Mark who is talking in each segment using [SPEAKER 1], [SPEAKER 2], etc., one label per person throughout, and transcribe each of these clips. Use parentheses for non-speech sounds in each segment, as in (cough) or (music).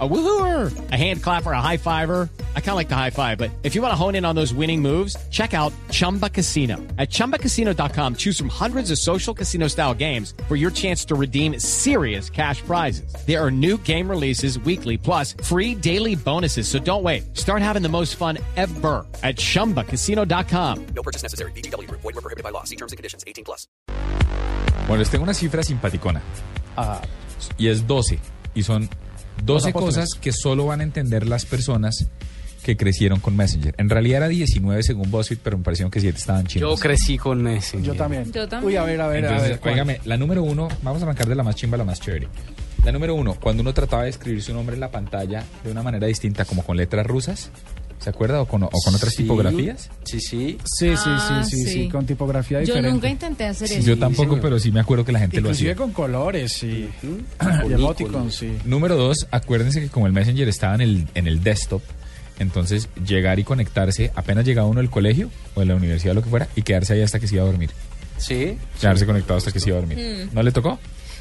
[SPEAKER 1] A woohooer, a hand clapper, a high fiver. I kind of like the high five, but if you want to hone in on those winning moves, check out Chumba Casino. At chumbacasino.com, choose from hundreds of social casino style games for your chance to redeem serious cash prizes. There are new game releases weekly, plus free daily bonuses. So don't wait. Start having the most fun ever at chumbacasino.com.
[SPEAKER 2] No purchase necessary. BGW. Void were prohibited by law. See terms and conditions. 18 plus.
[SPEAKER 3] Bueno, les tengo una cifra simpaticona. Y es 12. Y son 12 cosas que solo van a entender las personas que crecieron con Messenger. En realidad era 19 según BuzzFeed, pero me parecieron que 7 estaban
[SPEAKER 4] Yo
[SPEAKER 3] chimbas.
[SPEAKER 4] crecí con Messi.
[SPEAKER 5] Pues, Yo también.
[SPEAKER 6] Yo también.
[SPEAKER 5] Uy, a ver, a ver, a
[SPEAKER 3] Entonces,
[SPEAKER 5] ver. ¿cuál?
[SPEAKER 3] óigame, la número uno, vamos a arrancar de la más chimba a la más chévere. La número uno, cuando uno trataba de escribir su nombre en la pantalla de una manera distinta, como con letras rusas, ¿se acuerda? O con, o con otras
[SPEAKER 4] Sí.
[SPEAKER 3] tipografías.
[SPEAKER 4] Sí, sí.
[SPEAKER 5] Sí, sí, sí,
[SPEAKER 6] Ah,
[SPEAKER 5] sí, sí,
[SPEAKER 6] sí.
[SPEAKER 5] con tipografía
[SPEAKER 6] Yo
[SPEAKER 5] diferente.
[SPEAKER 6] nunca intenté hacer eso.
[SPEAKER 3] Yo tampoco,
[SPEAKER 5] señor.
[SPEAKER 3] pero sí me acuerdo que la gente lo
[SPEAKER 5] Inclusive
[SPEAKER 3] hacía.
[SPEAKER 5] con colores y, y
[SPEAKER 4] Con
[SPEAKER 5] emoticons, sí.
[SPEAKER 3] Número dos, acuérdense que como el Messenger estaba en el, en el desktop, entonces llegar y conectarse, apenas llegaba uno del colegio o de la universidad o lo que fuera, y quedarse ahí hasta que se iba a dormir.
[SPEAKER 4] Sí.
[SPEAKER 3] Quedarse conectado hasta que se iba a dormir.
[SPEAKER 6] Mm.
[SPEAKER 3] ¿No le tocó?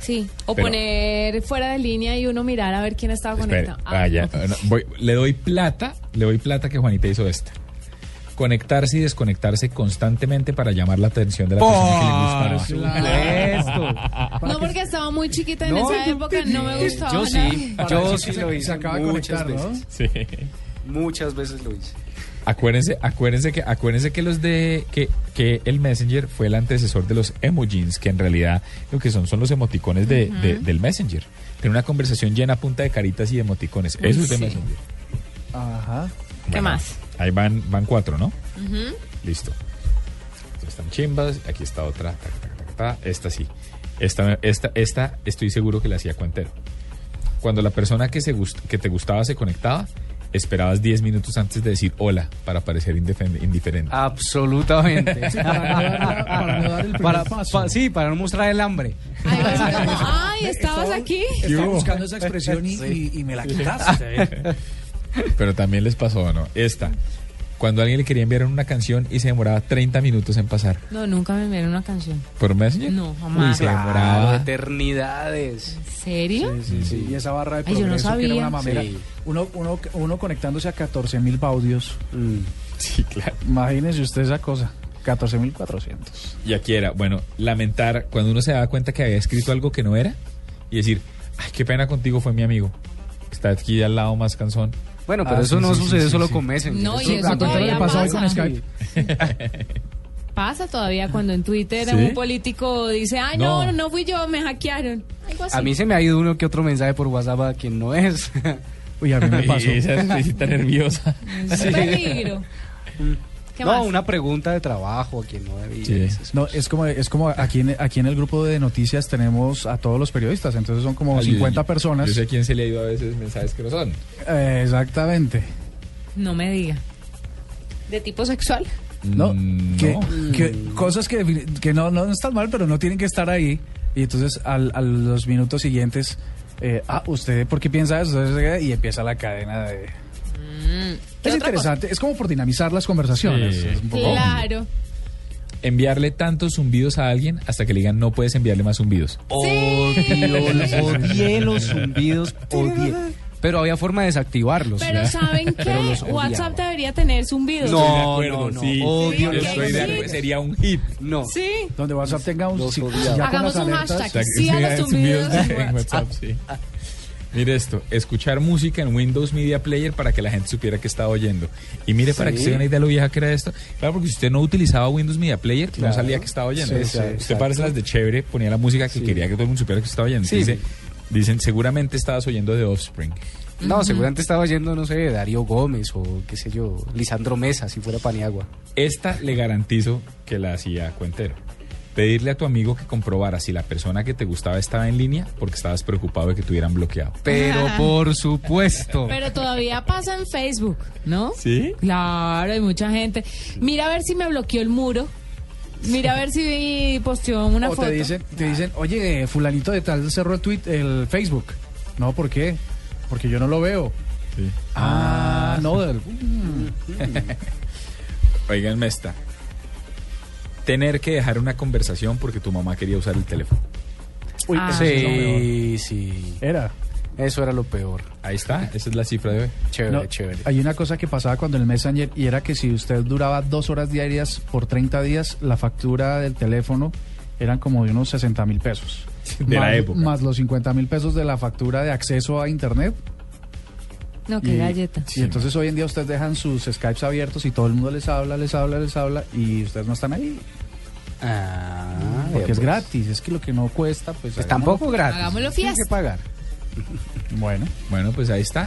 [SPEAKER 6] Sí, o
[SPEAKER 3] Pero-
[SPEAKER 6] poner fuera de línea y uno mirar a ver quién estaba
[SPEAKER 3] Espere,
[SPEAKER 6] conectado. Ah,
[SPEAKER 3] vaya,
[SPEAKER 6] no.
[SPEAKER 3] no, voy- le doy plata, le doy plata que Juanita hizo esta. Conectarse y desconectarse constantemente para llamar la atención de la persona que le gustaba.
[SPEAKER 6] No, porque estaba muy chiquita en
[SPEAKER 5] pues. No,
[SPEAKER 6] esa
[SPEAKER 5] yo-
[SPEAKER 6] época, no me gustaba
[SPEAKER 4] Eh, Yo
[SPEAKER 6] nada.
[SPEAKER 4] sí.
[SPEAKER 5] Para
[SPEAKER 4] Yo
[SPEAKER 5] decir
[SPEAKER 4] sí
[SPEAKER 5] que
[SPEAKER 4] lo
[SPEAKER 5] se-
[SPEAKER 4] hice.
[SPEAKER 5] Se acaba de
[SPEAKER 4] muchas
[SPEAKER 5] conectar, ¿no?
[SPEAKER 4] veces.
[SPEAKER 3] Sí.
[SPEAKER 4] Muchas veces lo hice.
[SPEAKER 3] Acuérdense, acuérdense que, acuérdense que los de que, que el Messenger fue el antecesor de los emojis, que en realidad lo que son son los emoticones de, de- del Messenger. Tener una conversación llena a punta de caritas y de emoticones. Eso es de
[SPEAKER 6] sí.
[SPEAKER 3] Messenger.
[SPEAKER 5] Ajá.
[SPEAKER 6] ¿Qué más?
[SPEAKER 3] Ahí van, van cuatro, ¿no? Listo. Entonces están chimbas, aquí está otra, ta, ta, ta, ta, ta. esta sí. Esta, esta, esta estoy seguro que la hacía Cuentero. Cuando la persona que, se gust- que te gustaba se conectaba, esperabas 10 minutos antes de decir hola para parecer indifen- indiferente.
[SPEAKER 6] Ah.
[SPEAKER 5] (laughs)
[SPEAKER 4] Absolutamente.
[SPEAKER 5] para no dar- para no dar el
[SPEAKER 4] (laughs)
[SPEAKER 5] primer
[SPEAKER 4] Para-
[SPEAKER 5] paso.
[SPEAKER 4] pa- sí, para no mostrar el hambre.
[SPEAKER 6] Ay, así
[SPEAKER 5] (laughs)
[SPEAKER 6] como, ay, estabas aquí.
[SPEAKER 5] Estaba buscando esa expresión y, y- y me la quitaste.
[SPEAKER 3] Pero también les pasó, ¿no? Esta. Cuando alguien le quería enviar una canción y se demoraba 30 minutos en pasar.
[SPEAKER 6] No, nunca me enviaron una canción.
[SPEAKER 3] ¿Por Messenger?
[SPEAKER 6] No, jamás. Ah.
[SPEAKER 3] Uy, se
[SPEAKER 5] Ah.
[SPEAKER 4] Claro,
[SPEAKER 3] demoraba.
[SPEAKER 4] eternidades.
[SPEAKER 6] ¿En serio?
[SPEAKER 5] Sí, sí, y esa barra de
[SPEAKER 6] Ay, yo no
[SPEAKER 5] progreso que era
[SPEAKER 6] sabía.
[SPEAKER 5] una mamera.
[SPEAKER 4] Sí.
[SPEAKER 5] Uno, uno, uno conectándose a 14 mil baudios.
[SPEAKER 4] Mm.
[SPEAKER 3] Sí, claro.
[SPEAKER 5] Imagínese usted esa cosa. 14.400.
[SPEAKER 3] Y aquí era, bueno, lamentar cuando uno se daba cuenta que había escrito algo que no era y decir, ay, qué pena contigo, fue mi amigo. Está aquí al lado más cansón.
[SPEAKER 4] Bueno, pero
[SPEAKER 5] Ah,
[SPEAKER 4] eso
[SPEAKER 5] sí,
[SPEAKER 4] no
[SPEAKER 5] sí,
[SPEAKER 4] sucede
[SPEAKER 5] sí,
[SPEAKER 4] solo
[SPEAKER 5] sí,
[SPEAKER 4] con
[SPEAKER 5] sí.
[SPEAKER 4] Messenger.
[SPEAKER 6] No, y eso
[SPEAKER 5] A Cuentero
[SPEAKER 6] todavía
[SPEAKER 5] le pasó hoy con
[SPEAKER 6] pasa.
[SPEAKER 5] Skype.
[SPEAKER 6] Pasa todavía cuando en Twitter
[SPEAKER 3] ¿Sí?
[SPEAKER 6] un político dice, ay, no,
[SPEAKER 3] No.
[SPEAKER 6] no, fui yo, me hackearon. Algo así.
[SPEAKER 4] A mí se me ha ido uno que otro mensaje por WhatsApp a quien no es.
[SPEAKER 5] Uy, a mí (laughs) (laughs) me pasó.
[SPEAKER 3] Y esa exquisita nerviosa.
[SPEAKER 6] es un
[SPEAKER 5] (laughs)
[SPEAKER 6] peligro.
[SPEAKER 4] (laughs)
[SPEAKER 6] ¿Qué
[SPEAKER 4] no,
[SPEAKER 6] más?
[SPEAKER 4] una pregunta de trabajo a quien no debía.
[SPEAKER 3] Sí.
[SPEAKER 4] Esas
[SPEAKER 5] No, es como, es como aquí, en, aquí en el grupo de noticias tenemos a todos los periodistas, entonces son (laughs) como 50
[SPEAKER 3] Ah, Yo-
[SPEAKER 5] personas.
[SPEAKER 3] Yo sé a quién se le ha ido a veces mensajes que no son.
[SPEAKER 5] Eh, exactamente.
[SPEAKER 6] No me diga. ¿De tipo sexual?
[SPEAKER 5] ¿No?
[SPEAKER 3] Mm,
[SPEAKER 5] que,
[SPEAKER 3] no.
[SPEAKER 5] que cosas que, defini- que no, no están mal, pero no tienen que estar ahí. Y entonces al- a los minutos siguientes, eh, ah, ¿usted por qué piensa eso? eh, Y empieza la cadena de...
[SPEAKER 6] Mm, ¿Qué
[SPEAKER 5] Es
[SPEAKER 6] otra
[SPEAKER 5] interesante, es como por dinamizar las conversaciones.
[SPEAKER 3] Sí.
[SPEAKER 5] es un poco-
[SPEAKER 6] Claro.
[SPEAKER 3] Enviarle tantos zumbidos a alguien hasta que le digan no puedes enviarle más zumbidos.
[SPEAKER 4] Odio, odié los
[SPEAKER 6] (laughs)
[SPEAKER 4] zumbidos, odié. Pero había forma de desactivarlos.
[SPEAKER 6] Pero ¿saben
[SPEAKER 4] (laughs) Pero
[SPEAKER 6] qué?
[SPEAKER 4] los odiaba.
[SPEAKER 6] WhatsApp debería tener zumbidos.
[SPEAKER 4] No, no, no.
[SPEAKER 3] sí.
[SPEAKER 4] Odio
[SPEAKER 3] Yo
[SPEAKER 4] los
[SPEAKER 3] estoy de acuerdo.
[SPEAKER 4] zumbidos.
[SPEAKER 3] Sería un hit.
[SPEAKER 4] No.
[SPEAKER 6] Sí.
[SPEAKER 5] Donde WhatsApp tenga un...
[SPEAKER 4] Los
[SPEAKER 5] si- si
[SPEAKER 4] odiaba.
[SPEAKER 5] ya con
[SPEAKER 6] Hagamos
[SPEAKER 5] las
[SPEAKER 6] un
[SPEAKER 5] alertas-
[SPEAKER 6] hashtag. Sí,
[SPEAKER 3] ah,
[SPEAKER 6] a los Ah. zumbidos en
[SPEAKER 3] en
[SPEAKER 6] (laughs)
[SPEAKER 3] WhatsApp, sí. Mire esto, escuchar música en Windows Media Player para que la gente supiera que estaba oyendo. Y mire para que
[SPEAKER 4] Sí.
[SPEAKER 3] se den una idea de lo vieja que era esto. Claro, porque si usted no utilizaba Windows Media Player, no
[SPEAKER 4] Claro.
[SPEAKER 3] salía que estaba oyendo.
[SPEAKER 4] Sí,
[SPEAKER 3] usted
[SPEAKER 4] sí, exacto.
[SPEAKER 3] parece las de chévere, ponía la música que quería que todo el mundo supiera que estaba oyendo.
[SPEAKER 4] Sí.
[SPEAKER 3] Dice- dicen, seguramente estabas oyendo de Offspring.
[SPEAKER 4] No, seguramente estaba yendo, no sé, Darío Gómez o qué sé yo, Lisandro Mesa, si fuera Paniagua.
[SPEAKER 3] Esta le garantizo que la hacía Cuentero. Pedirle a tu amigo que comprobara si la persona que te gustaba estaba en línea porque estabas preocupado de que te hubieran bloqueado.
[SPEAKER 6] (laughs)
[SPEAKER 4] Pero por supuesto.
[SPEAKER 6] Pero todavía pasa en Facebook, ¿no?
[SPEAKER 3] ¿Sí?
[SPEAKER 6] Claro, hay mucha gente. Mira a ver si me bloqueó el muro. Mira a ver si posteó una
[SPEAKER 5] o
[SPEAKER 6] foto.
[SPEAKER 5] te dicen, te dicen, oye, eh, fulanito de tal cerró el tweet, el Facebook. No, ¿por qué? Porque yo no lo veo.
[SPEAKER 3] Sí.
[SPEAKER 5] Ah, no, del-
[SPEAKER 3] Oigan, esta. Tener que dejar una conversación porque tu mamá quería usar el teléfono.
[SPEAKER 5] Uy,
[SPEAKER 6] Ah.
[SPEAKER 5] eso es lo peor.
[SPEAKER 4] Sí, sí.
[SPEAKER 5] Era.
[SPEAKER 4] Eso era lo peor.
[SPEAKER 3] Ahí está, esa es la cifra de hoy.
[SPEAKER 4] Chévere,
[SPEAKER 5] No,
[SPEAKER 4] chévere.
[SPEAKER 5] Hay una cosa que pasaba cuando el Messenger y era que si usted duraba dos horas diarias por 30 días, la factura del teléfono eran como de unos 60 mil pesos.
[SPEAKER 3] (laughs) De
[SPEAKER 5] más,
[SPEAKER 3] la época.
[SPEAKER 5] Más los 50 mil pesos de la factura de acceso a Internet.
[SPEAKER 6] No, qué
[SPEAKER 5] y,
[SPEAKER 6] galleta.
[SPEAKER 5] Y entonces hoy en día ustedes dejan sus Skypes abiertos y todo el mundo les habla, les habla, les habla y ustedes no están ahí.
[SPEAKER 4] Ah,
[SPEAKER 5] Porque
[SPEAKER 4] ya, pues.
[SPEAKER 5] es gratis, es que lo que no cuesta, pues...
[SPEAKER 4] Pues
[SPEAKER 5] hagámoslo.
[SPEAKER 4] tampoco gratis.
[SPEAKER 6] Hagámoslo
[SPEAKER 4] Tiene
[SPEAKER 6] fiesta.
[SPEAKER 4] que pagar.
[SPEAKER 5] Bueno.
[SPEAKER 3] Bueno, pues ahí está.